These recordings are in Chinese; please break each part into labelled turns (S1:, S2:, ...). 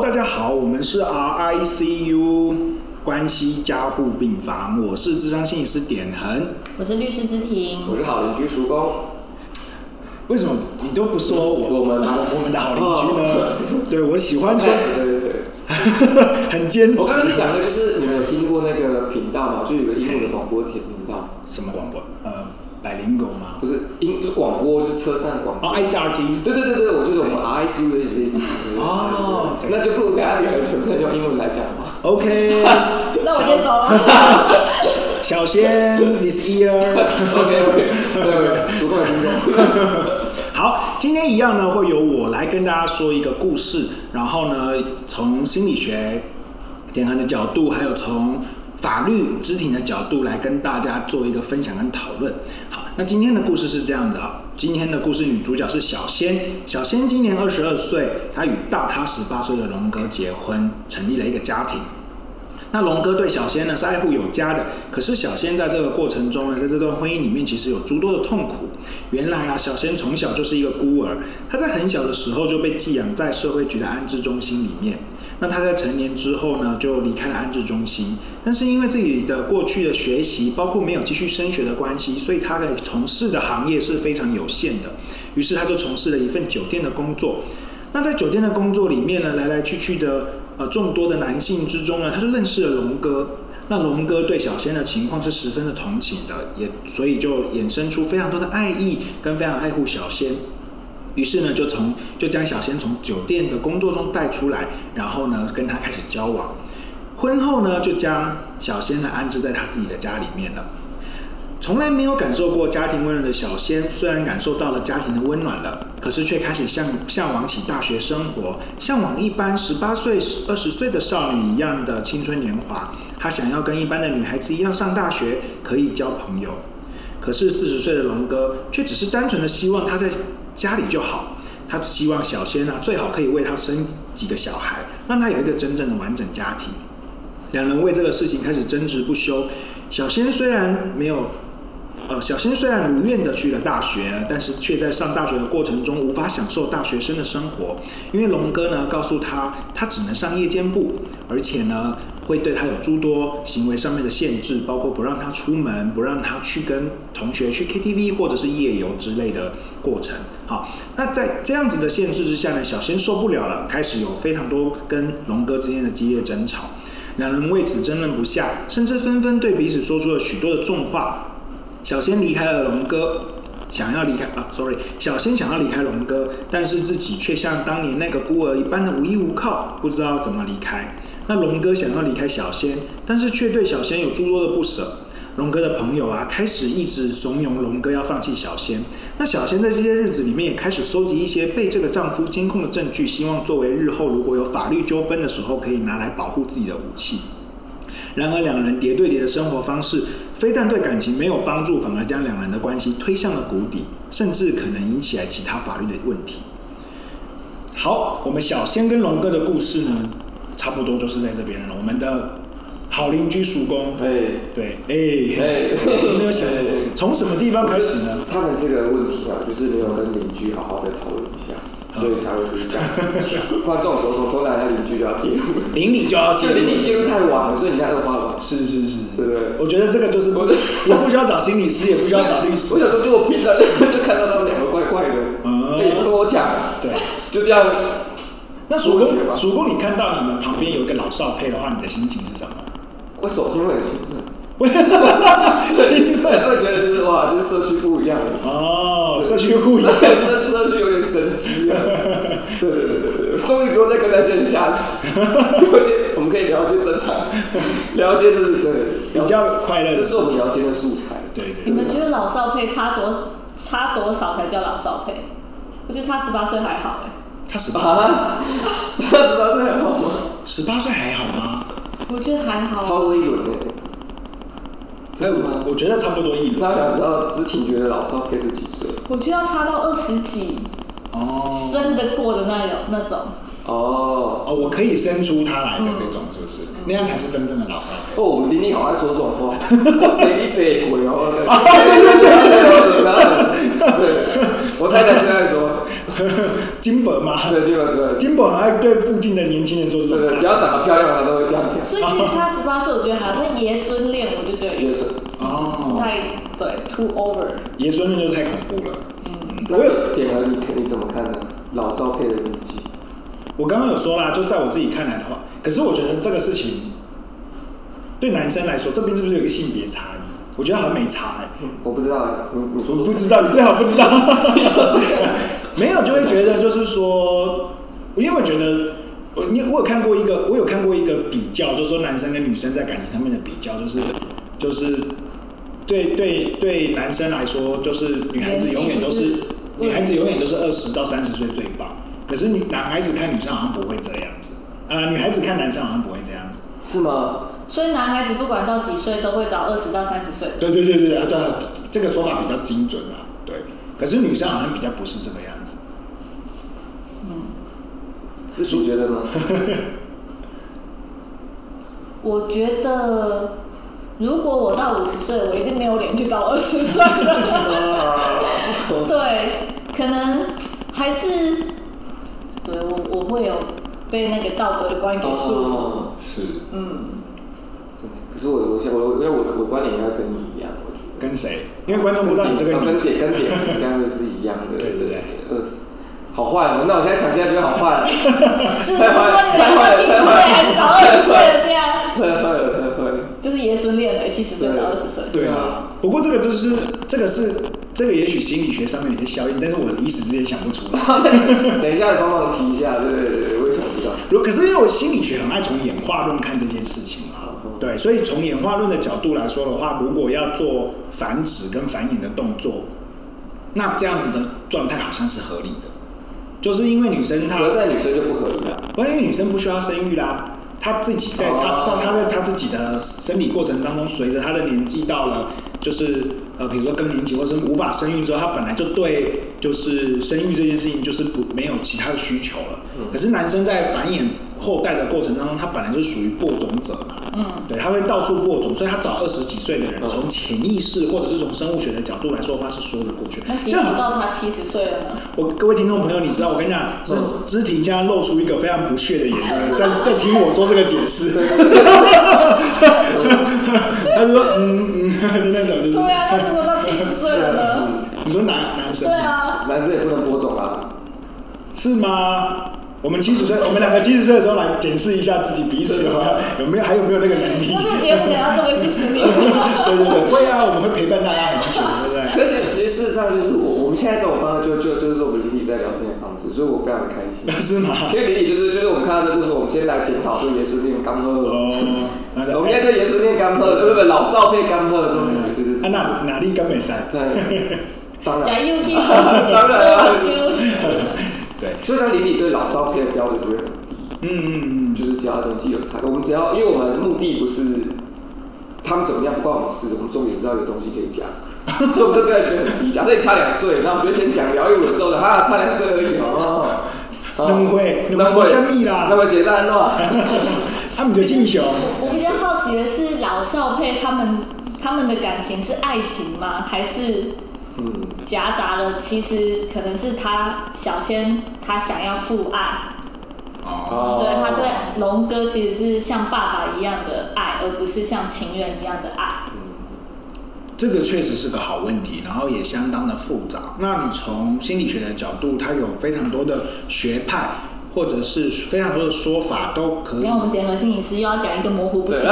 S1: 大家好，我们是 RICU 关系加护病房，我是智商心理师点恒。
S2: 我是律师之庭，
S3: 我是好邻居叔公，
S1: 为什么你都不说我
S3: 我们
S1: 我们的好邻居呢？
S3: 哦
S1: 对我喜欢
S3: 对
S1: 说，
S3: 对对对。
S1: 很坚持
S3: 我。刚刚想的就是，你们有听过那个频道吗？就有个英文的广播频道，
S1: 什么广播？呃，百灵狗吗？
S3: 不是英，就是广播，就是车上的广播。
S1: 哦，ICRT。
S3: 对对对对，我就是我们 ICU 的类似。
S1: 哦
S3: 对对对那就不如给他女儿全部用英文来讲吧。
S1: OK，
S2: 那我先走了。
S1: 小仙，this year。
S3: OK OK，对，叔公也听懂。
S1: 好，今天一样呢，会由我来跟大家说一个故事，然后呢，从心理学点衡的角度，还有从法律知庭的角度来跟大家做一个分享跟讨论。好，那今天的故事是这样的啊、今天的故事女主角是小仙，小仙今年二十二岁，她与大她十八岁的荣格结婚，成立了一个家庭。那龙哥对小仙呢是爱护有加的，可是小仙在这个过程中呢，在这段婚姻里面其实有诸多的痛苦。原来啊，小仙从小就是一个孤儿，她在很小的时候就被寄养在社会局的安置中心里面。那她在成年之后呢，就离开了安置中心，但是因为自己的过去的学习，包括没有继续升学的关系，所以她的从事的行业是非常有限的。于是她就从事了一份酒店的工作。那在酒店的工作里面呢，来来去去的呃众多的男性之中呢，他就认识了龙哥。那龙哥对小仙的情况是十分的同情的，也所以就衍生出非常多的爱意跟非常爱护小仙。于是呢，就从就将小仙从酒店的工作中带出来，然后呢，跟他开始交往。婚后呢，就将小仙呢安置在他自己的家里面了。从来没有感受过家庭温暖的小仙，虽然感受到了家庭的温暖了，可是却开始向向往起大学生活，向往一般十八岁、二十岁的少女一样的青春年华。她想要跟一般的女孩子一样上大学，可以交朋友。可是四十岁的龙哥却只是单纯的希望她在家里就好，他希望小仙啊最好可以为他生几个小孩，让他有一个真正的完整家庭。两人为这个事情开始争执不休。小仙虽然没有，呃，小仙虽然如愿的去了大学，但是却在上大学的过程中无法享受大学生的生活，因为龙哥呢告诉他，他只能上夜间部，而且呢会对他有诸多行为上面的限制，包括不让他出门，不让他去跟同学去 KTV 或者是夜游之类的过程。好，那在这样子的限制之下呢，小仙受不了了，开始有非常多跟龙哥之间的激烈争吵。两人为此争论不下，甚至纷纷对彼此说出了许多的重话。小仙离开了龙哥，想要离开啊，sorry，小仙想要离开龙哥，但是自己却像当年那个孤儿一般的无依无靠，不知道怎么离开。那龙哥想要离开小仙，但是却对小仙有诸多的不舍。龙哥的朋友啊，开始一直怂恿龙哥要放弃小仙。那小仙在这些日子里面也开始收集一些被这个丈夫监控的证据，希望作为日后如果有法律纠纷的时候，可以拿来保护自己的武器。然而，两人叠对叠的生活方式，非但对感情没有帮助，反而将两人的关系推向了谷底，甚至可能引起来其他法律的问题。好，我们小仙跟龙哥的故事呢，差不多就是在这边了。我们的好邻居叔公，
S3: 哎
S1: 对，哎、
S3: 哎，
S1: 有没有想过从什么地方开始呢？
S3: 他们这个问题啊，就是没有跟邻居好好的讨论一下，所以才会就是这样子。不然这种时候，通常人家邻居就要介入，
S1: 邻里就要介
S3: 这个邻里
S1: 入，
S3: 介入太晚了，所以你在恶化了，
S1: 是是是，
S3: 对不对？
S1: 我觉得这个就是
S3: 我的
S1: 也不需要找心理师，也不需要找律师
S3: 我，想说，就我平常 就看到他们两个怪怪的，
S1: 嗯
S3: 哎，不跟我讲，
S1: 对。
S3: 就这样。
S1: 那叔
S3: 我觉得
S1: 公，
S3: 吧
S1: 叔公，你看到你们旁边有一个老少配的话，你的心情是什么？
S3: 我首先会很兴奋，
S1: 兴奋
S3: 会觉得就是哇，就是社区不一样了，
S1: 哦，社区互一
S3: 这社区有点神奇啊。对对对对对，终于不用再跟那些人 下棋，了解我们可以了解正常，了解就是对，
S1: 比较快乐的
S3: 这是
S1: 事
S3: 我们
S1: 情。
S3: 聊天的素材。
S1: 对对
S2: 你
S1: 对，
S2: 们觉得老少配差多差多少才叫老少配？我觉得差十八岁还好哎、
S1: 他十八
S3: 啊， 这样子到最好吗？
S1: 十八岁还好吗？
S2: 我觉得还好。
S3: 超过一轮的，
S1: 哎，
S3: 真的吗
S1: 我？我觉得差不多一轮。
S3: 那想知道知婷觉得老少配是几岁？
S2: 我觉得要差到二十几，
S1: 哦
S2: 生得过的那种那种。
S3: 哦
S1: 哦，我可以生出他来
S3: 嗯
S1: 的这种，是不是？那样才是真正的老少配。
S3: 哦，我们林立好爱说这种话，我谁比谁鬼哦？对对对对对对，我太太最爱说，
S1: 金箔嘛，
S3: 对，基本上是，
S1: 金箔很爱对附近的年轻人说这
S3: 对
S1: 种
S3: 对，只
S1: 话。
S3: 要长得漂亮的都会这样讲。
S2: 所以其实差十八岁，我觉得还好，但爷孙恋我就觉得
S3: 也是，
S2: 不
S1: 哦，
S2: 太对，too over。
S1: 爷孙恋就太恐怖了。
S3: 那
S1: 我有
S3: 点儿你看你怎么看呢？老少配的年纪，
S1: 我刚刚有说啦，就在我自己看来的话，可是我觉得这个事情对男生来说，这边是不是有一个性别差异？我觉得好像没差哎、
S3: 我不知道哎，你你说
S1: 我
S3: 说
S1: 不知道，你最好不知道。没有就会觉得就是说，因为我觉得我你我有看过一个，我有看过一个比较，就是说男生跟女生在感情上面的比较，就是就是对对对男生来说，就是女孩子永远都是
S2: 年纪不是
S1: 女孩子永远都是二十到三十岁最棒，可是女男孩子看女生好像不会这样子，啊、女孩子看男生好像不会这样子。
S3: 是吗？
S2: 所以男孩子不管到几岁都会找二十到三十岁的。
S1: 对对对对对啊对啊，这个说法比较精准啊。对，可是女生好像比较不是这个样子。
S3: 是你觉得呢？
S2: 我觉得如果我到五十岁，我一定没有脸去找二十岁了。对，可能还是对我我会有被那个道德的观给束缚。
S3: 哦
S1: 是
S2: 嗯，
S3: 真的可是我我想我我因为我我观点应该跟你一样，我觉得。
S1: 跟谁？因为观众不知道你这个
S3: 跟
S1: 女生
S3: 点跟点应该会是一样的，
S1: 对对对
S3: 二十，好坏哦，那我现在想现在觉得好坏，
S2: 是不是？如果你们两个七十岁还是找二十岁的这样，
S3: 太坏了，太坏了，
S2: 就是爷孙恋了，七十岁找二十岁。
S1: 对啊，不过这个就是这个是这个，也许心理学上面有些效应，但是我一时之间想不出来。
S3: 等一下帮忙提一下，对对对，我也想知道，
S1: 如可是因为我心理学很爱从演化论看这件事情啊，对，所以从演化论的角度来说的话，如果要做繁殖跟繁衍的动作，那这样子的状态好像是合理的，就是因为女生她
S3: 合在女生就不合理了，
S1: 不然因为女生不需要生育啦，她自己在她
S3: 哦
S1: 在她在她自己的生理过程当中，随着她的年纪到了，就是呃，比如说更年期或者是无法生育之后，她本来就对就是生育这件事情就是不没有其他的需求了。
S3: 嗯
S1: 可是男生在繁衍后代的过程当中，他本来就属于播种者嘛，
S2: 嗯，
S1: 对，他会到处播种，所以他找二十几岁的人，
S3: 嗯
S1: 从潜意识或者是从生物学的角度来说的话，是说得过去
S2: 那。即
S1: 这
S2: 使
S1: 很
S2: 到他七十岁了呢？
S1: 我各位听众朋友，你知道我跟你讲，肢
S3: 嗯
S1: 肢体现在露出一个非常不屑的眼神，在在听我做这个解释。 他就说嗯嗯 就那种，就是
S2: 对啊，那如果到七十岁了呢？
S1: 你说男男生
S2: 对啊。
S3: 男生也不能播种啊，
S1: 是吗？我们七十岁，我们两个七十岁的时候来检视一下自己彼此有没
S3: 啊
S1: 有有没有还有没有那个能力
S2: 啊那？这个节目给他做个四十年，
S1: 对对对，会啊，我们会陪伴大家很久，对 不对？
S3: 而且其实事实上就是我我们现在这种方式就就就是我们邻里在聊天的方式，所以我非常的开心，
S1: 是吗？
S3: 因为邻里就是就是我们看到这个故事，我们先来检讨说耶稣念刚喝了。
S1: 哦，那
S3: 我们现在对耶稣念干喝，对不对？老少配干喝这种感觉，对对对
S1: 啊，。哪哪里跟美山？
S3: 对，当
S2: 假
S3: 然，
S2: 又听，
S3: 当然啊
S1: 对，
S3: 就像邻里对老少配的标准就会很低，
S1: 嗯嗯嗯，
S3: 就是只要年纪有差，我们只要因为我们目的不是他们怎么样不关我们事，我们重点是要有东西可以讲，所以我们这标准就很低。假设你差两岁，那我们就先讲疗愈文之后的，哈，差两岁而已哦。哦
S1: 两岁
S3: 两
S1: 两岁没什么啦
S3: 那么简单喏，
S1: 他们就进修。
S2: 我比较好奇的是，老少配他们他们的感情是爱情吗？还是
S3: 嗯，
S2: 夹杂了？其实可能是他小仙他想要父爱，
S1: 哦，
S3: 哦
S2: 对他对龙哥其实是像爸爸一样的爱，而不是像情人一样的爱。
S1: 这个确实是个好问题，然后也相当的复杂。那你从心理学的角度，它有非常多的学派，或者是非常多的说法都可以
S2: 因为。我们点核心隐私又要讲一个模糊不
S3: 对，
S2: 清，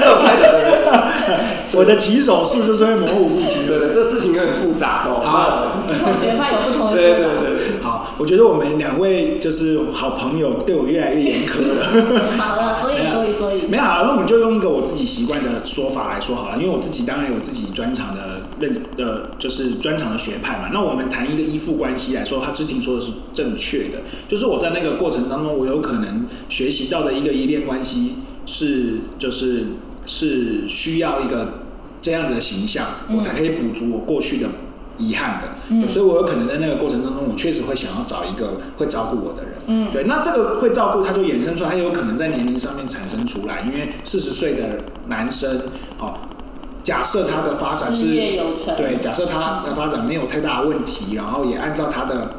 S3: 这种开始的。
S1: 我的起手式就是会模糊不清
S3: 对
S1: 的。
S3: 对，这事情有点复杂哦。
S1: 好
S2: 不同学派有不同的
S3: 对对
S2: 说法。
S3: 对对，
S1: 好，我觉得我们两位就是好朋友，对我越来越严苛了。
S2: 好了，所以所以所以，
S1: 没有好，那我们就用一个我自己习惯的说法来说好了，因为我自己当然有自己专长的认呃，就是专长的学派嘛。那我们谈一个依附关系来说，他之婷说的是正确的，就是我在那个过程当中，我有可能学习到的一个依恋关系是，就是是需要一个这样子的形象，
S2: 嗯
S1: 我才可以补足我过去的遗憾的。
S2: 嗯
S1: 所以我有可能在那个过程当中，我确实会想要找一个会照顾我的人。
S2: 嗯
S1: 对，那这个会照顾，它就衍生出来，它有可能在年龄上面产生出来，因为四十岁的男生，哦，假设它的发展是
S2: 事业有成，
S1: 对，假设它的发展没有太大的问题，然后也按照它的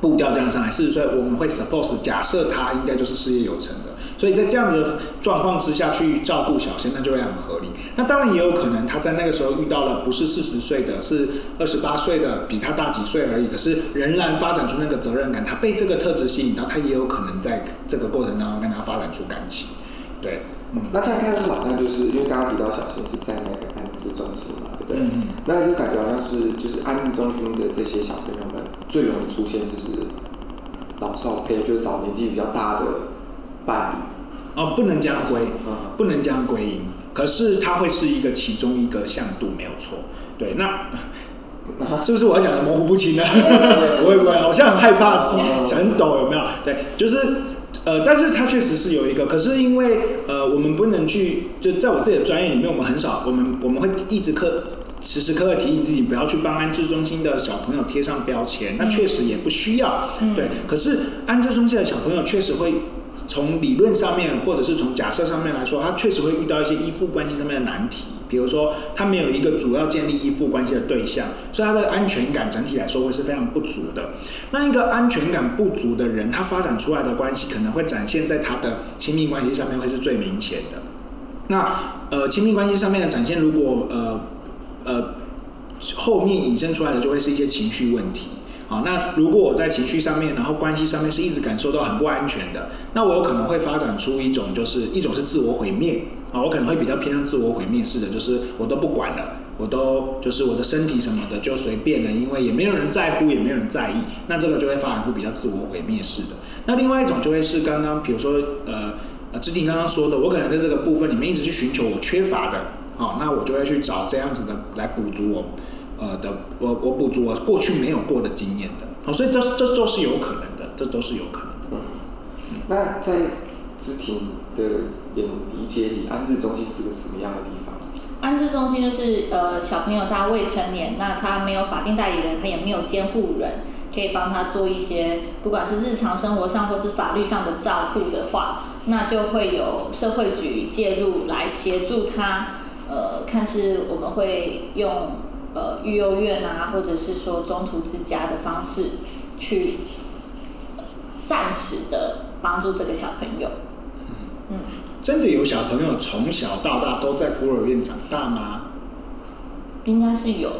S1: 步调这样上来，四十岁我们会 suppose 假设它应该就是事业有成的，所以在这样子的状况之下去照顾小仙，那就会很合理。那当然也有可能他在那个时候遇到了不是四十岁的，是二十八岁的，比他大几岁而已，可是仍然发展出那个责任感，他被这个特质吸引到，他也有可能在这个过程当中跟他发展出感情，对。
S3: 那这样看上去好像就是因为刚刚提到小新是在那个安置中心嘛，对不对？
S1: 嗯
S3: 那就感觉好像是就是安置中心的这些小朋友们最容易出现就是老少配，就是找年纪比较大的伴侣。
S1: 哦，不能这样归，
S3: 嗯
S1: 不能这样归因。可是它会是一个其中一个向度，没有错。对，那是不是我要讲的模糊不清呢？不会不会，好像很害怕，很抖有没有？对，就是呃，但是它确实是有一个，可是因为呃，我们不能去，就在我自己的专业里面，我们很少，我们我们会一直刻。时时刻刻提醒自己不要去帮安置中心的小朋友贴上标签，那确实也不需要。
S2: 嗯
S1: 对，可是安置中心的小朋友确实会从理论上面，或者是从假设上面来说，他确实会遇到一些依附关系上面的难题。比如说，他没有一个主要建立依附关系的对象，所以他的安全感整体来说会是非常不足的。那一个安全感不足的人，他发展出来的关系可能会展现在他的亲密关系上面，会是最明显的。那呃，亲密关系上面的展现，如果呃呃后面引申出来的就会是一些情绪问题。好，那如果我在情绪上面，然后关系上面是一直感受到很不安全的，那我有可能会发展出一种，就是一种是自我毁灭啊，我可能会比较偏向自我毁灭式的，就是我都不管了，我都就是我的身体什么的就随便了，因为也没有人在乎，也没有人在意，那这个就会发展出比较自我毁灭式的。那另外一种就会是刚刚比如说呃呃，志婷刚刚说的，我可能在这个部分里面一直去寻求我缺乏的，哦，那我就会去找这样子的来补足我，呃的，我我补足我过去没有过的经验的，哦，所以这这都是有可能的，这都是有可能的。
S3: 那在知婷的眼理解里，安置中心是个什么样的地方？
S2: 安置中心就是呃小朋友他未成年，那他没有法定代理人，他也没有监护人，可以帮他做一些不管是日常生活上或是法律上的照顾的话，那就会有社会局介入来协助他。呃，看是我们会用呃育幼院啊，或者是说中途之家的方式去呃暂时的帮助这个小朋友。嗯，
S1: 真的有小朋友从小到大都在孤儿院长大吗？
S2: 应该是有，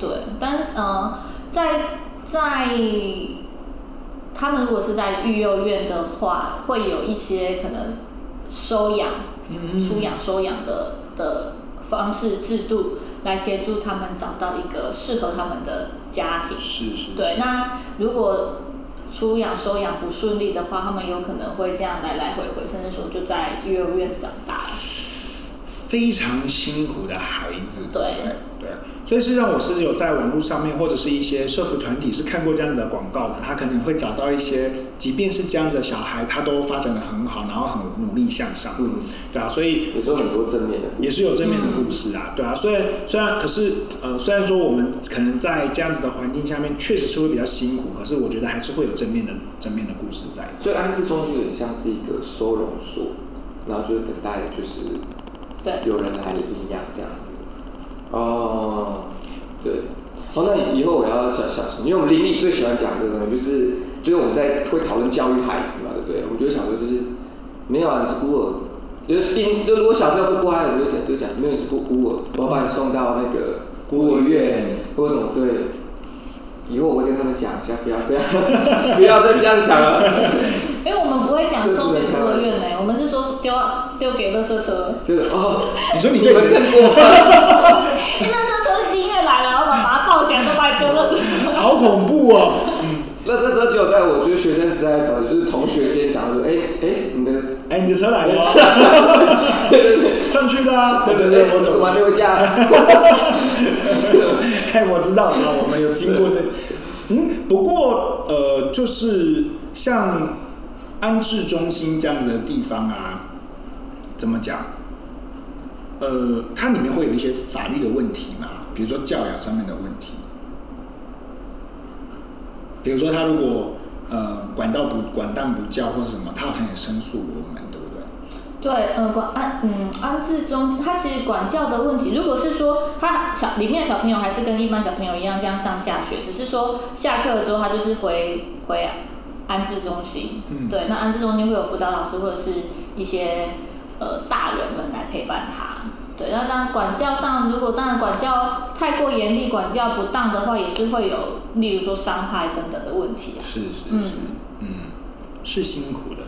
S2: 对，但呃，在在他们如果是在育幼院的话，会有一些可能收养、
S1: 嗯
S2: 出养、收养的的方式制度，来协助他们找到一个适合他们的家庭。
S1: 是是，
S2: 对，那如果出养、收养不顺利的话，他们有可能会这样来来回回，甚至说就在育幼院长大。
S1: 非常辛苦的孩子，
S2: 对
S1: 对，啊所以事实上我是有在网络上面或者是一些社服团体是看过这样的广告的，他可能会找到一些，即便是这样子的小孩，他都发展的很好，然后很努力向上，
S3: 嗯，
S1: 对啊，所以
S3: 也是有很多正面的故事。
S1: 也是有正面的故事啊，对啊，虽然虽然可是呃，虽然说我们可能在这样子的环境下面确实是会比较辛苦，可是我觉得还是会有正面的正面的故事在。
S3: 所以安置中心很像是一个收容所，然后就是等待就是
S2: 对，
S3: 有人来领养这样子。哦，对。哦，那以后我要小小心，因为我们邻里最喜欢讲这个东西，就是就是我们在会讨论教育孩子嘛，对不对？我们就会想说，就是没有啊，你是孤儿，就是因就如果小朋友不乖，我们就讲就讲没有你是孤孤儿，我要把你送到那个孤儿院或者什么对。以后我会跟他们讲一下，不要这样，不要再这样讲了。
S2: 因为我们不会讲送去孤儿院呢、我们是说丢丢给垃圾车，
S3: 就是哦，
S1: 你说你
S3: 你
S1: 对
S3: 们
S1: 你
S3: 更过分。
S2: 哎、垃圾车音乐来了，然后把它抱起来说把你丢垃圾 车。
S1: 好恐怖哦！
S3: 那时候只有在我就是学生时代的时候，就是同学间讲说，哎、哎、你的
S1: 哎，你的车来了哦，
S3: 对对对
S1: 上去啦！对
S3: 对
S1: 对
S3: 对
S1: 对，
S3: 对，
S1: 我
S3: 我怎
S1: 懂
S3: 么还
S1: 了。
S3: 没回家？
S1: 哎，我知道了，我们有经过那，嗯，不过呃，就是像安置中心这样子的地方啊，怎么讲？呃，它里面会有一些法律的问题嘛，比如说教养上面的问题，比如说他如果呃管道不管当不教或者什么，他好像也申诉我们，对不对？
S2: 对，嗯，管安嗯安置是中，它其实管教的问题，如果是说他小里面的小朋友还是跟一般小朋友一样这样上下学，只是说下课之后他就是回回安置中心，
S1: 嗯
S2: 对，那安置中心会有辅导老师或者是一些呃大人们来陪伴他。对，那当然管教上，如果当然管教太过严厉、管教不当的话，也是会有，例如说伤害等等的问题啊。
S1: 是是
S2: 嗯
S1: 是，嗯，是辛苦的，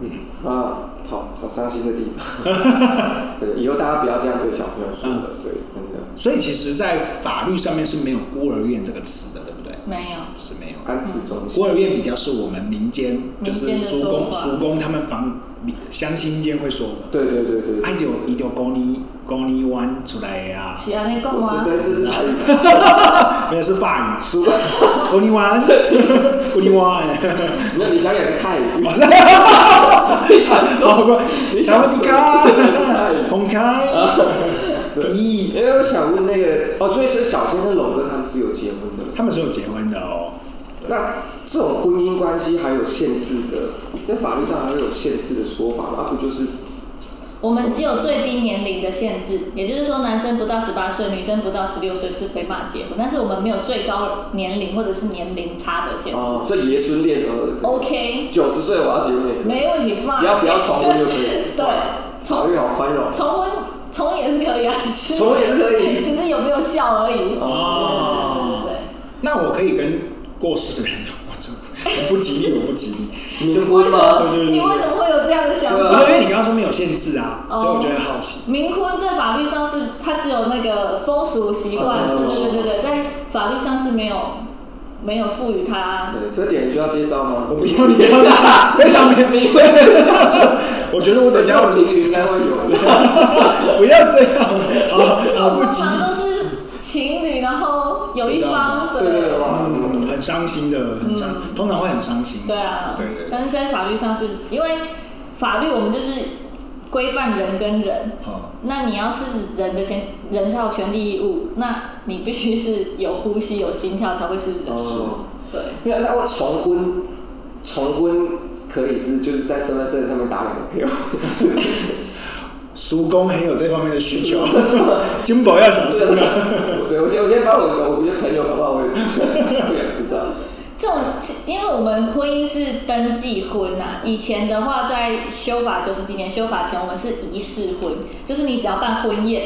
S3: 嗯，啊，好好伤心的地方。对，以后大家不要这样对小朋友说了，对，真的。
S1: 所以其实，在法律上面是没有孤儿院这个词的，对不对？
S2: 没有，
S1: 是没有。
S3: 安置中
S1: 孤
S3: 心，
S1: 儿院比较是我们民间，就
S2: 啊民
S1: 是
S2: 间的
S1: 叔
S2: 说
S1: 公、
S2: 法
S1: 叔公他们房相亲间会说的。
S3: 对对对对
S1: 啊，
S3: 对，
S1: 伊就伊就讲你讲你弯出来的 啊，
S2: 是安尼讲
S3: 我
S2: 啊
S3: 这，真是太
S1: 没有是法语，
S3: 输了。
S1: 讲你 弯，讲你弯，
S3: 没有，你讲两个泰语，
S1: 我是
S3: 你想
S1: 好
S3: 说？
S1: 过，
S3: 你
S1: 小
S3: 想
S1: 迪
S3: 说
S1: 卡
S3: 泰语，
S1: 红开，
S2: 啊
S1: 咦，
S3: 因为我想问那个哦，所以说小先生、龙哥他们是有结婚的。
S1: 他们是有结婚的哦。
S3: 那这种婚姻关系还有限制的，在法律上还会有限制的说法吗？不就是
S2: 我们只有最低年龄的限制，也就是说，男生不到十八岁，女生不到十六岁是没办法结婚，但是我们没有最高年龄或者是年龄差的限制。
S3: 哦，所以爷孙恋什么的
S2: OK，
S3: 九十岁我要结婚也可以，
S2: 没问题放。
S3: 只要不要重婚就可以。
S2: 对
S3: 法律好宽容，
S2: 重婚重也是可以啊，只是
S3: 重婚也是可以。
S2: 只是有没有效而已。
S1: 哦
S2: 对对对对对。
S1: 那我可以跟过世的人讲，我这我不吉利，我不吉利，就是
S3: 冥婚吗？
S1: 对对对
S2: 你为什么会有这样的想
S3: 对
S2: 法
S3: 啊？
S1: 因为你刚刚说没有限制啊，所以我觉得好奇。
S2: 冥婚在法律上是它只有那个风俗习
S3: 啊
S2: 惯，对
S3: 风俗
S2: 对对对对，在法律上是没有没有赋予它。
S3: 对，所以点需要介绍吗？
S1: 我不要你不要打，非常没
S3: 冥婚，
S1: 我觉得我等一下
S3: 我
S1: 我
S3: 邻居应该会
S2: 嗯
S3: 有。
S1: 不要这样，好
S2: 这
S1: 好
S2: 种
S1: 不
S2: 通
S1: 吉
S2: 常
S1: 利。
S2: 都是情侣，然后有一方
S3: 对对对，哇，
S1: 嗯，
S3: 嗯
S1: 很伤心的，很伤，通常会很伤心。
S2: 对啊，
S1: 对对对
S2: 但是在法律上是因为法律我们就是规范人跟人，
S1: 好，
S2: 那你要是人的权，人才有权利义务，那你必须是有呼吸、有心跳才会是人。
S3: 哦
S2: 对，
S3: 那那我重婚，重婚可以是就是在身份证上面打两个票，
S1: 叔公很有这方面的需求，金宝要小心啊。
S3: 对，我先我先把我我一些朋友搞不好我也我也知道。
S2: 这种因为我们婚姻是登记婚啊，以前的话在修法九十几年修法前，我们是仪式婚，就是你只要办婚宴，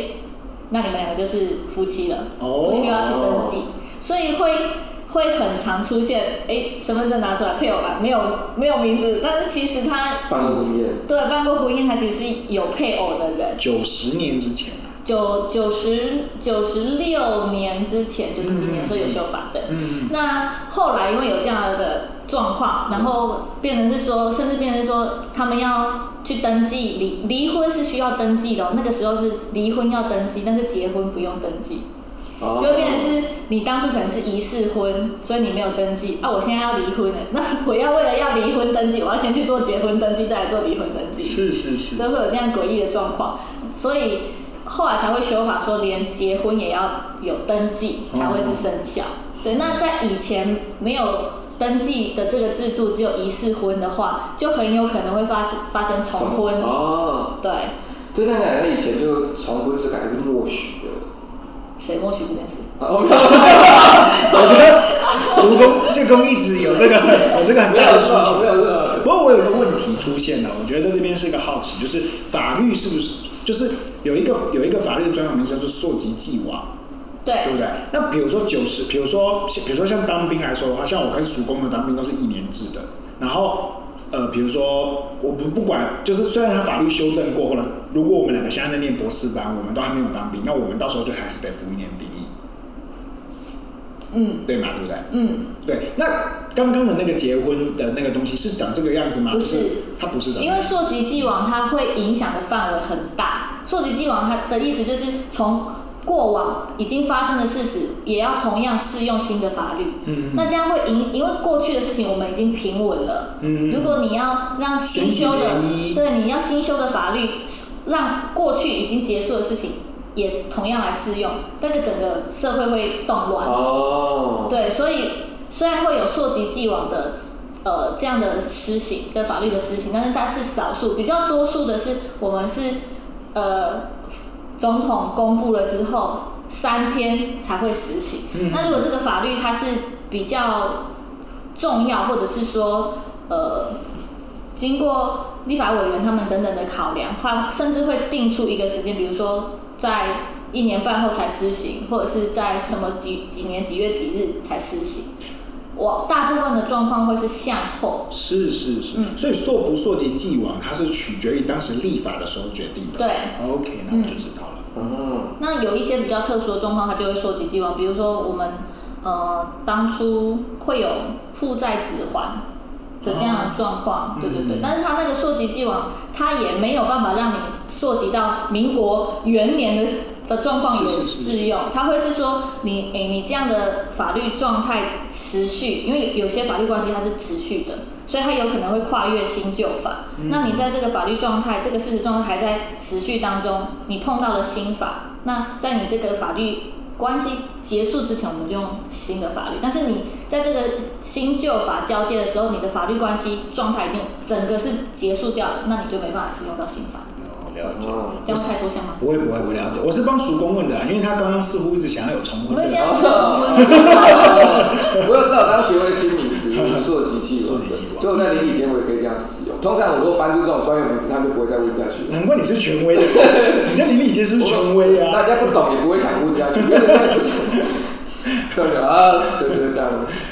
S2: 那你们两个就是夫妻了，
S1: 哦
S2: 不需要去登记，所以会。会很常出现，哎，身份证拿出来配偶栏没有没有名字，但是其实他
S3: 办婚宴，
S2: 对办过婚宴，他其实是有配偶的人，
S1: 九十年之前啊，
S2: 九九十九十六年之前，就是今
S3: 嗯
S2: 年，所以有修法对。
S1: 嗯，
S2: 那后来因为有这样的状况，然后变成是说，甚至变成是说，他们要去登记离离婚是需要登记的哦、那个时候是离婚要登记，但是结婚不用登记，
S3: 哦
S2: 就会变成是你当初可能是疑似婚，所以你没有登记啊，我现在要离婚了，那我要为了要离婚登记，我要先去做结婚登记，再来做离婚登记。
S1: 是是是，
S2: 都会有这样诡异的状况，所以后来才会修法说，连结婚也要有登记才会是生效。对，那在以前没有登记的这个制度，只有仪式婚的话，就很有可能会发生发生重婚。
S3: 哦，
S2: 对，
S3: 对，但奶奶以前就重婚是感觉是默许的。
S2: 谁默许这件事？
S3: 啊我没有
S1: 我觉得叔公这公一直有这个有这个很
S3: 没
S1: 大
S3: 有
S1: 的需
S3: 错，
S1: 求
S3: 没。有错。
S1: 不过我有一个问题出现了，啊我觉得在这边是一个好奇，就是法律是不是就是有一个有一个法律的专有名词叫做溯及既往。对
S2: 对
S1: 不对？那比如说九十，比如说比如说像当兵来说的话，像我跟属公的当兵都是一年制的，然后。呃，比如说，我不不管，就是虽然他法律修正过后了，如果我们两个现在在念博士班，我们都还没有当兵，那我们到时候就还是得服一年兵役，
S2: 嗯
S1: 对吗？对不对？
S2: 嗯，
S1: 对。那刚刚的那个结婚的那个东西是长这个样子吗？
S2: 不
S1: 就是是，它不是的。
S2: 因为溯及既往，它会影响的范围很大。溯及既往，它的意思就是从过往已经发生的事实，也要同样适用新的法律。
S1: 嗯，嗯
S2: 那这样会影，因为过去的事情我们已经平稳了。
S1: 嗯
S2: 如果你要让新修的
S1: 掀起涟漪，
S2: 对，你要新修的法律，让过去已经结束的事情也同样来适用，那个整个社会会动乱。
S3: 哦，
S2: 对，所以虽然会有溯及既往的呃这样的施行，在法律的施行，但是它是少数，比较多数的是我们是呃总统公布了之后三天才会实行。
S1: 嗯
S2: 那如果这个法律它是比较重要，或者是说呃经过立法委员他们等等的考量，它甚至会定出一个时间，比如说在一年半后才施行，或者是在什么几几年几月几日才施行。我大部分的状况会是向后，
S1: 是是是，
S2: 嗯
S1: 所以溯不溯及既往，它是取决于当时立法的时候决定的。
S2: 对。
S1: OK，那我就知道了。
S3: 嗯，
S2: 那有一些比较特殊的状况，它就会溯及既往，比如说我们呃当初会有负债指还的这样的状况，
S1: 哦
S2: 对对对。
S1: 嗯
S2: 但是它那个溯及既往，它也没有办法让你溯及到民国元年的的状况也
S1: 是是是
S2: 适用，它会是说你诶、你这样的法律状态持续，因为有有些法律关系它是持续的，所以它有可能会跨越新旧法。那你在这个法律状态、这个事实状态还在持续当中，你碰到了新法，那在你这个法律关系结束之前，我们就用新的法律。但是你在这个新旧法交接的时候，你的法律关系状态已经整个是结束掉了，那你就没办法使用到新法。
S1: 哦，了解。
S3: 哦
S2: 这样太抽象吗？
S1: 不会不会，我了解。我是帮叔公问的啊啦，因为他刚刚似乎一直想要有重
S2: 我
S1: 婚
S2: 们
S1: 这
S2: 现在
S1: 个。
S2: 不是重婚。
S3: 我有至少当学会新名词，溯及既往
S1: 溯及既往
S3: 的，所以我在邻里间我也可以这样使用。通常我如果搬出这种专有名词，他们就不会再问下去了。
S1: 难怪你是权 威的，你在邻里间是不是权威
S3: 大
S1: 啊？
S3: 家不懂也不会想问下去，因为大家不想。对的啊，对对，这样，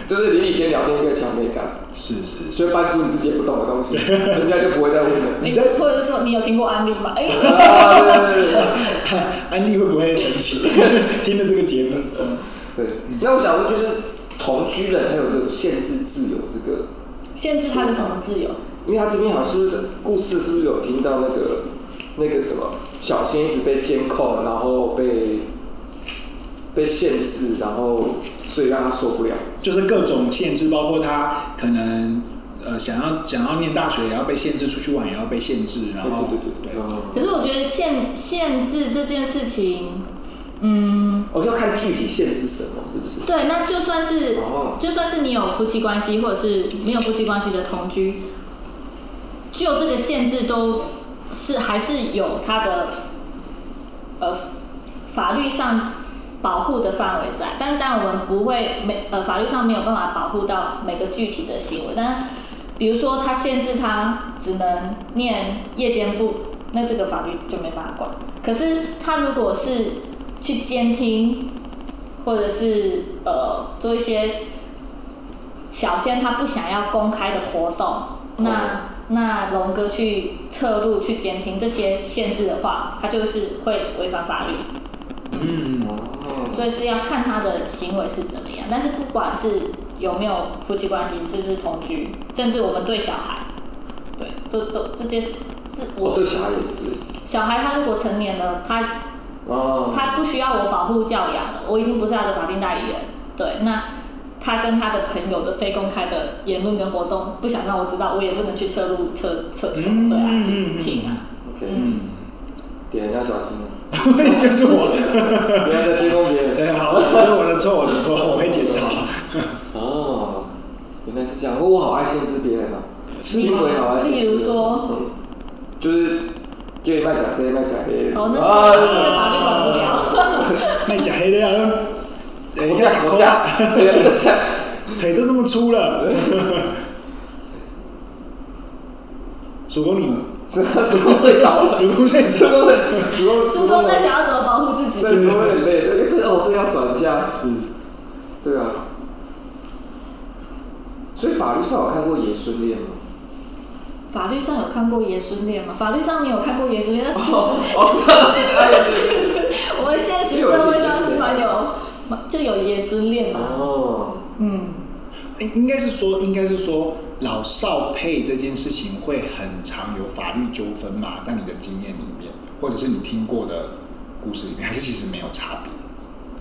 S3: 就是邻里间聊天一个小美感，
S1: 是是 是。
S3: 所以搬出你自己也不懂的东西，人家就不会再 问了。
S1: 你在
S2: 或者是说你有听过安利吗？哎、
S3: 啊，对对对对。
S1: 安利会不会生气？ 听了这个节目，嗯
S3: 对，那我想问，就是同居人还有这种限制自由这个，
S2: 限制他的什么自由？
S3: 因为他这边好像是不是故事是不是有听到那个那个什么小仙一直被监控，然后被被限制，然后所以让他受不了。
S1: 就是各种限制，包括他可能呃想要想要念大学也要被限制，出去玩也要被限制，然
S3: 对
S1: 后
S3: 对对对对。
S2: 可是我觉得限限制这件事情，嗯，
S3: 我要看具体限制什么，是不是？
S2: 对，那就算是
S3: 哦
S2: 就算是你有夫妻关系，或者是没有夫妻关系的同居，就这个限制都是还是有它的呃法律上保护的范围在，但当然我们不会每呃法律上没有办法保护到每个具体的行为，但是比如说他限制他只能念夜间部，那这个法律就没办法管。可是他如果是去监听，或者是呃做一些小仙他不想要公开的活动，那、
S3: 哦
S2: 那龙哥去侧录去监听这些限制的话，他就是会违反法律。
S1: 嗯，
S3: 哦，
S2: 所以是要看他的行为是怎么样。但是不管是有没有夫妻关系，是不是同居，甚至我们对小孩，对，都都这些是是
S3: 我
S2: 我
S3: 对小孩也是。
S2: 小孩他如果成年了，他
S3: 哦，
S2: 他不需要我保护教养了，我已经不是他的法定代理人，对，那。他跟他的朋友的非公开的言论跟活动，不想让我知道，我也不能去侧录、侧侧走，对啊，
S1: 嗯
S2: 去听啊。
S3: OK，点要小心哦，
S1: 又嗯是我，
S3: 不要再监控别人。
S1: 对，好，是我的错，我的错，我会检讨。
S3: 哦，原来是这样。哦我好爱限制别人啊，
S1: 是
S3: 金
S1: 吗
S3: 鬼好爱限制别人。
S2: 例如说
S3: 嗯，就是就一半讲这一半讲黑。
S2: 哦，那这
S3: 啊
S2: 个这个法律管不了。
S1: 那假黑的啊，等一
S3: 我
S1: 下
S3: 讲，我讲，我讲。
S1: 腿都那么粗了。主公你，
S3: 是啊，主公睡着了，
S1: 主公在
S3: 主
S1: 这，
S3: 公睡，主公，
S2: 苏东在想要怎么保护自己？
S3: 对，主公有点累，对，这哦，这个要转一下，
S1: 是
S3: 对啊。所以法律上有看过爷孙恋吗？
S2: 法律上有看过爷孙恋吗？法律上你有看过爷孙恋，但是
S3: 哦，哦，是啊哎呀对对对
S2: 我们现实社会上是蛮有，就有爷孙恋嘛。
S3: 哦，
S2: 啊嗯，
S1: 应应该是说，应该是说老少配这件事情会很常有法律纠纷嘛，在你的经验里面，或者是你听过的故事里面，还是其实没有差别。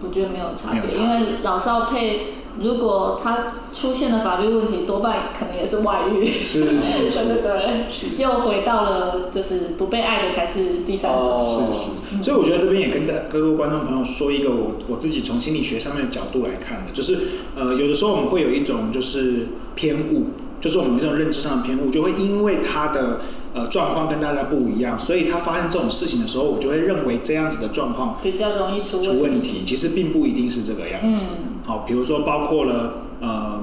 S2: 我觉得没有差
S1: 没有
S2: 别，
S1: 差
S2: 因为老少配，如果他出现的法律问题，多半可能也是外遇。
S1: 是是
S2: 对对对
S1: 是，
S2: 又回到了就是不被爱的才是第三者。
S3: 哦
S1: 是是，所以我觉得这边也跟大各位观众朋友说一个我我自己从心理学上面的角度来看的，就是呃，有的时候我们会有一种就是偏误，就是我们有一种认知上的偏误，就会因为他的呃状况跟大家不一样，所以他发生这种事情的时候，我就会认为这样子的状况
S2: 比较容易出
S1: 出
S2: 问
S1: 问题，其实并不一定是这个样
S2: 嗯
S1: 子。好，比如说包括了呃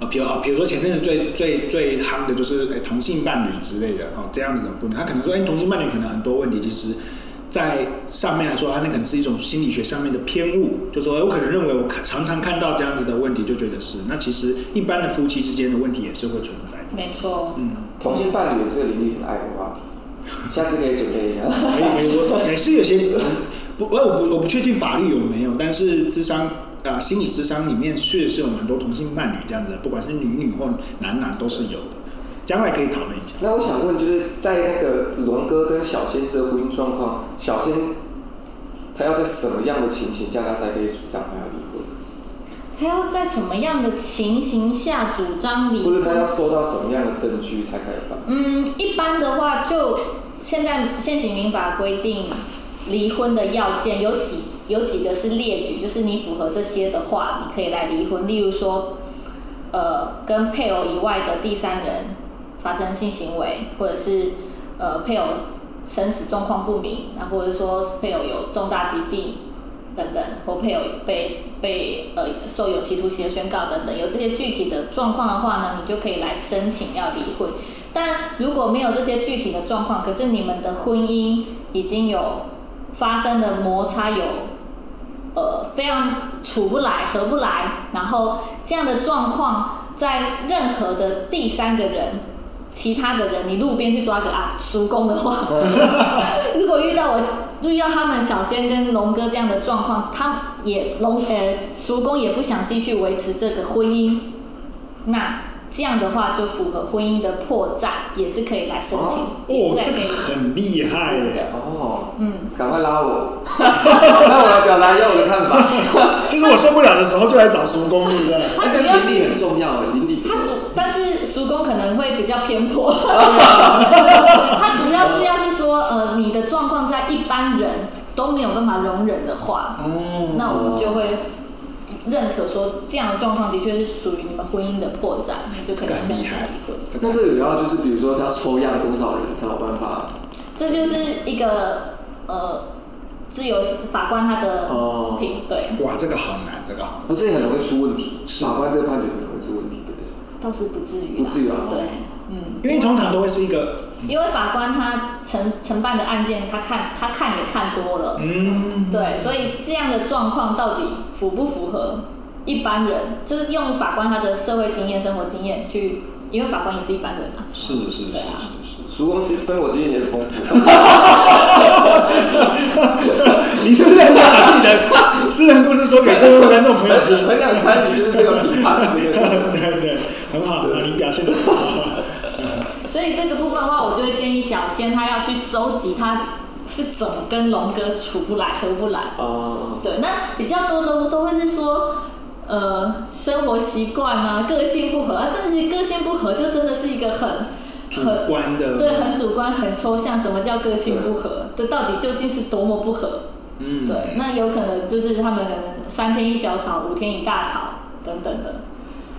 S1: 呃，比如啊比如说前阵子最最最夯的就是诶同性伴侣之类的哦，这样子的不能，他可能说哎、诶同性伴侣可能很多问题，其实。在上面来说，他那可能是一种心理学上面的偏误，就说哎诶我可能认为我看常常看到这样子的问题，就觉得是。那其实一般的夫妻之间的问题也是会存在的。
S2: 没错。
S1: 嗯，
S3: 同性伴侣也是个邻里很爱的话题，下次可以准备一下。
S1: 可以可以说也哎是有些不，我我不我不确定法律有没有，但是智商啊、心理智商里面确实有蛮多同性伴侣这样子的，不管是女女或男男都是有的，将来可以讨论一下。
S3: 那我想问，就是在那个龙哥跟小仙这婚姻状况，小仙他要在什么样的情形下，他才可以主张他要离婚，
S2: 他要在什么样的情形下主张离
S3: 或者他
S2: 婚？
S3: 要收到什么样的证据才可以办？
S2: 嗯，一般的话，就现在现行民法规定，离婚的要件有几有几个是列举，就是你符合这些的话，你可以来离婚。例如说，呃，跟配偶以外的第三人发生性行为，或者是呃配偶生死状况不明，那或者说配偶有重大疾病等等，或配偶被被呃受有期徒刑的宣告等等，有这些具体的状况的话呢，你就可以来申请要离婚。但如果没有这些具体的状况，可是你们的婚姻已经有发生的摩擦有呃非常处不来、合不来，然后这样的状况在任何的第三个人、其他的人，你路边去抓个啊 叔公的话， 如果遇到我遇到他们小仙跟龙哥这样的状况，他也龙呃叔公也不想继续维持这个婚姻，那这样的话就符合婚姻的破绽，也是可以来申请，也是
S1: 哦，
S2: 来
S1: 这
S2: 可
S1: 个
S2: 以
S1: 很厉害
S2: 对
S1: 耶！
S2: 的，
S3: 哦，
S2: 嗯。
S3: 赶快拉我， 让我来表达一下我的看法。
S1: 就是我受不了的时候就来找叔公，对不对？
S2: 他
S3: 而
S2: 主
S3: 且
S2: 要是
S3: 邻里很重要，邻里
S2: 他主，但是叔公可能会比较偏颇。他主要是要是说，呃，你的状况在一般人都没有办法容忍的话，
S1: 哦，
S2: 那我们就会认可说，这样的状况的确是属于你们婚姻的破绽，你就可以申请离婚。
S3: 那这里要就是，比如说他要抽样多少人才有办法？
S2: 这就是一个呃自由法官他的
S3: 哦
S2: 评对，
S1: 哇，这个好难，这个好
S3: 而且很容易出问题，
S1: 是
S3: 法官这个判决很容易出问题，对不对？
S2: 倒是不至于啦，
S3: 不至于啊
S2: 对，嗯。
S1: 难，因为通常都会是一个
S2: 因为法官他承承办的案件，他看他看也看多了，
S1: 嗯，
S2: 对，所以这样的状况到底符不符合一般人？就是用法官他的社会经验、生活经验去，因为法官也是一般人啊。
S1: 是是是是
S3: 叔公是生活经验也很丰 富，
S1: 是，你是不是很想把自己的私人故事说给各位观众朋友听？
S3: 很想参与就是这个评判，对不对？
S1: 对对，很好，那你表现的很好。
S2: 所以这个部分的话，我就会建议小仙他要去收集他是怎么跟龙哥处不来、合不来。
S3: 哦，
S2: 对，那比较多的都会是说，呃，生活习惯啊，个性不合，啊但是个性不合就真的是一个很
S1: 主
S2: 很
S1: 观的，
S2: 对，很主观，很抽象。什么叫个性不合？这到底究竟是多么不合？
S1: 嗯，
S2: 对，那有可能就是他们可能三天一小吵，五天一大吵等等 的。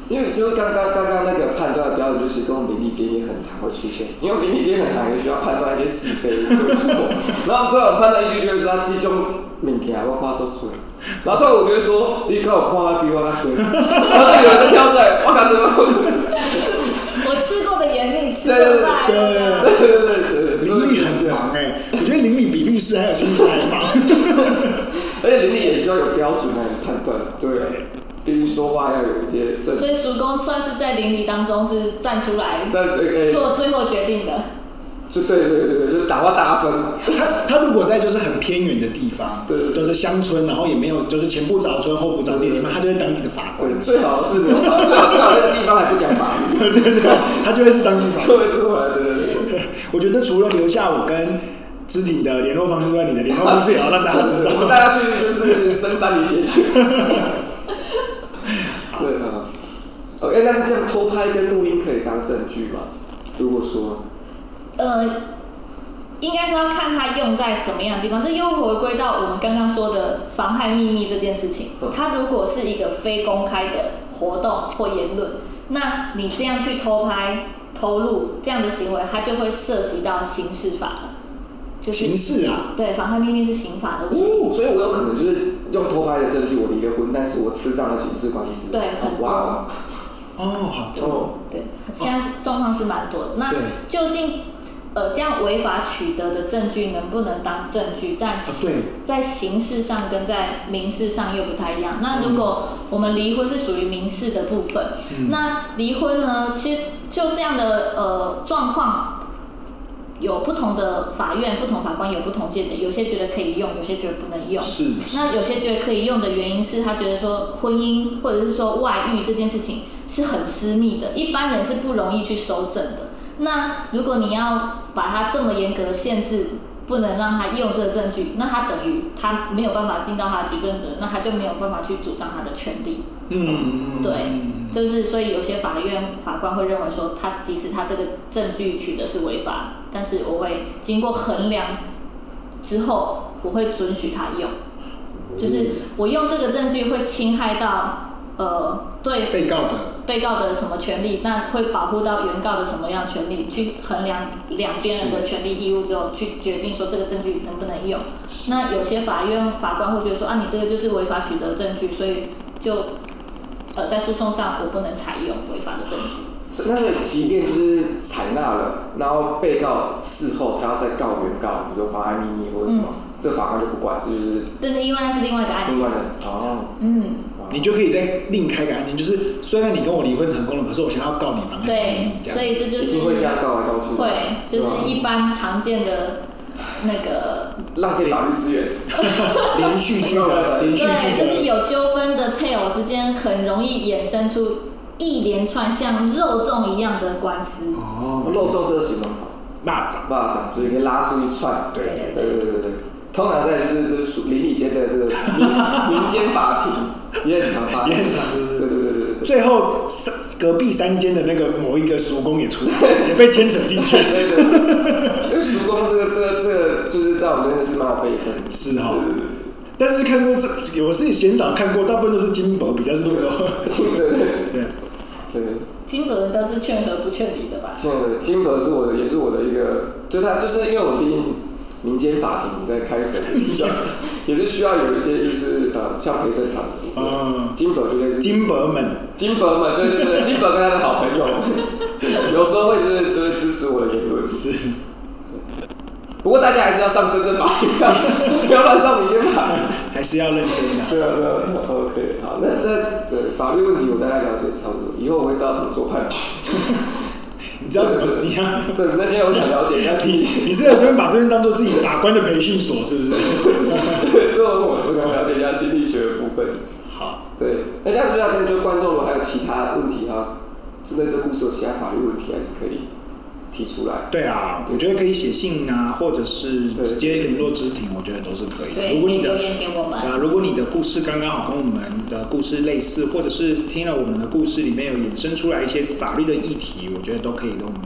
S3: 因为因为刚刚刚刚那个判断的标准就是跟我们邻里间也很常会出现，因为我们邻里间很常也需要判断一些是非对错，然后突然我判断一句就会说他其中物件我看做准，然后突然我就会说你跟我看他比我较准，然后这个人就跳出来我较准我较准，
S2: 我吃过的盐你吃
S3: 对对
S2: 过吧？
S1: 对
S2: 吧
S3: 对对对对对，
S1: 邻里很
S3: 对
S1: 忙哎，我觉得邻里比律师还有心理师还忙。
S3: 而且邻里也需要有标准来判断，对，必须说话要有一些正，
S2: 所以叔公算是在邻里当中是站出来
S3: 在对对，
S2: 做最后决定的。
S3: 就对对对对，就打话大声，
S1: 他他如果在就是很偏远的地方，
S3: 对对对
S1: 就是乡村，然后也没有就是前不着村后不着店，
S3: 对对对
S1: 你们他就是当地的法官
S3: 对，，最好是没有法，最好最好那个地方还不讲法律，
S1: 对对对，他就会是当地法
S3: 就
S1: 官。
S3: 会出来，对对对。
S1: 我觉得除了留下我跟知婷的联络方式之外，你的联络方式也 要让大家知
S3: 我们
S1: 道。
S3: 大家去就是深山里 解决。对啊，哦，哎，那这样偷拍跟录音可以当证据吗？如果说，
S2: 呃，应该说要看它用在什么样的地方。这又回归到我们刚刚说的妨害秘密这件事情
S3: 嗯。
S2: 它如果是一个非公开的活动或言论，那你这样去偷拍、偷录这样的行为，它就会涉及到刑事法了，就是
S1: 形式啊，
S2: 对妨害秘密是刑法的问题。
S1: 哦
S3: 所以我有可能就是用偷拍的证据，我离了婚，但是我吃上了刑事官司。
S2: 对很多
S3: 哇
S1: 哦，好的，
S3: 哦，
S2: 对，现在是状况是蛮多的。那
S1: 对
S2: 究竟呃这样违法取得的证据能不能当证据，在
S1: 啊对
S2: 在形式上跟在民事上又不太一样。
S1: 嗯
S2: 那如果我们离婚是属于民事的部分，
S1: 嗯
S2: 那离婚呢，其实就这样的呃状况。有不同的法院、不同法官有不同见解，有些觉得可以用，有些觉得不能用。
S1: 是
S2: 那有些觉得可以用的原因是他觉得说婚姻或者是说外遇这件事情是很私密的，一般人是不容易去收证的。那如果你要把它这么严格的限制，不能让他用这个证据，那他等于他没有办法尽到他的举证责任，那他就没有办法去主张他的权利。
S1: 嗯，
S2: 对，就是所以有些法院法官会认为说，他即使他这个证据取得是违法，但是我会经过衡量之后，我会准许他用，就是我用这个证据会侵害到呃对
S1: 被告的
S2: 被告的什么权利，那会保护到原告的什么样的权利，去衡量两边人的权利义务之后，去决定说这个证据能不能用。那有些法院法官会觉得说啊，你这个就是违法取得证据，所以就呃在诉讼上我不能采用违法的证据。
S3: 所以那所以即便就是采纳了，然后被告事后他要再告原告，比如说妨害秘密或者什么，
S2: 嗯
S3: 这法官就不管，这就是
S2: 但是因为那是另外一个案
S3: 另
S2: 件
S3: 外，的哦。
S2: 嗯，
S1: 你就可以再另开个案件，就是虽然你跟我离婚成功了，可是我想要告你妨害
S2: 对
S1: 秘密，这样
S2: 所以这就
S3: 一
S2: 是
S3: 定会这样告来告去的，
S2: 会就是一般常见的那个
S3: 浪费法律资源。
S1: 连续剧的连续
S2: 对，
S1: 剧
S2: 就是
S1: 的
S2: 有纠纷的配偶之间很容易衍生出一连串像肉粽一样的官司。
S1: 哦，
S3: 肉粽这个形容好，
S1: 蚂蚱，
S3: 蚂蚱就是可以拉出一串。
S1: 对对
S3: 对对对对。通常在就是就是属邻里间的这个民民间法庭也很常发生，
S1: 也很常就是
S3: 对对对对对
S1: 最后三隔壁三间的那个某一个叔公也出来，也被牵扯进去，
S3: 对对对，因为叔公这个这个这个就是在我们真的是蛮有辈分的，
S1: 是哈。但是看过这，我是鲜少看过，大部分都是金箔比较是这个。
S3: 对对对
S1: 对，
S3: 对对。
S2: 金本人都是劝和不劝离的吧？
S3: 现在的金额是我的，也是我的一个，就他就是因为我毕竟民间法庭在开审，也是需要有一些就是呃像陪审团，
S1: 嗯，
S3: 金额就类似
S1: 金箔们，
S3: 金伯们，对对 对，金伯跟他的好 朋友，有时候会就是就是支持我的言论。
S1: 是
S3: 不过大家还是要上真正 法庭啊，不要乱上民间法庭。
S1: 还是要认真的。
S3: 对啊对啊，OK，好，那那对法律问题我大概了解差不多，以后我会知道怎么做 判决。
S1: 你知道怎么？你要
S3: 对，那现在我想了解一下
S1: 你
S3: 题，
S1: 你是有这边把这边当做自己法官的培训所，是不是？
S3: 这我我想了解一下心理学的部分。
S1: 好，
S3: 对，那这样子要跟就观众如果还有其他问题啊，针对这故事有其他法律问题，还是可以提出来。
S1: 对啊，我觉得可以写信啊，或者是直接联络知庭，我觉得都是可以的。
S2: 对，
S1: 如果
S2: 可以
S1: 你
S2: 留
S1: 的
S2: 言给我们。
S1: 啊，如果你的故事刚刚好跟我们的故事类似，或者是听了我们的故事里面有衍生出来一些法律的议题，我觉得都可以跟我们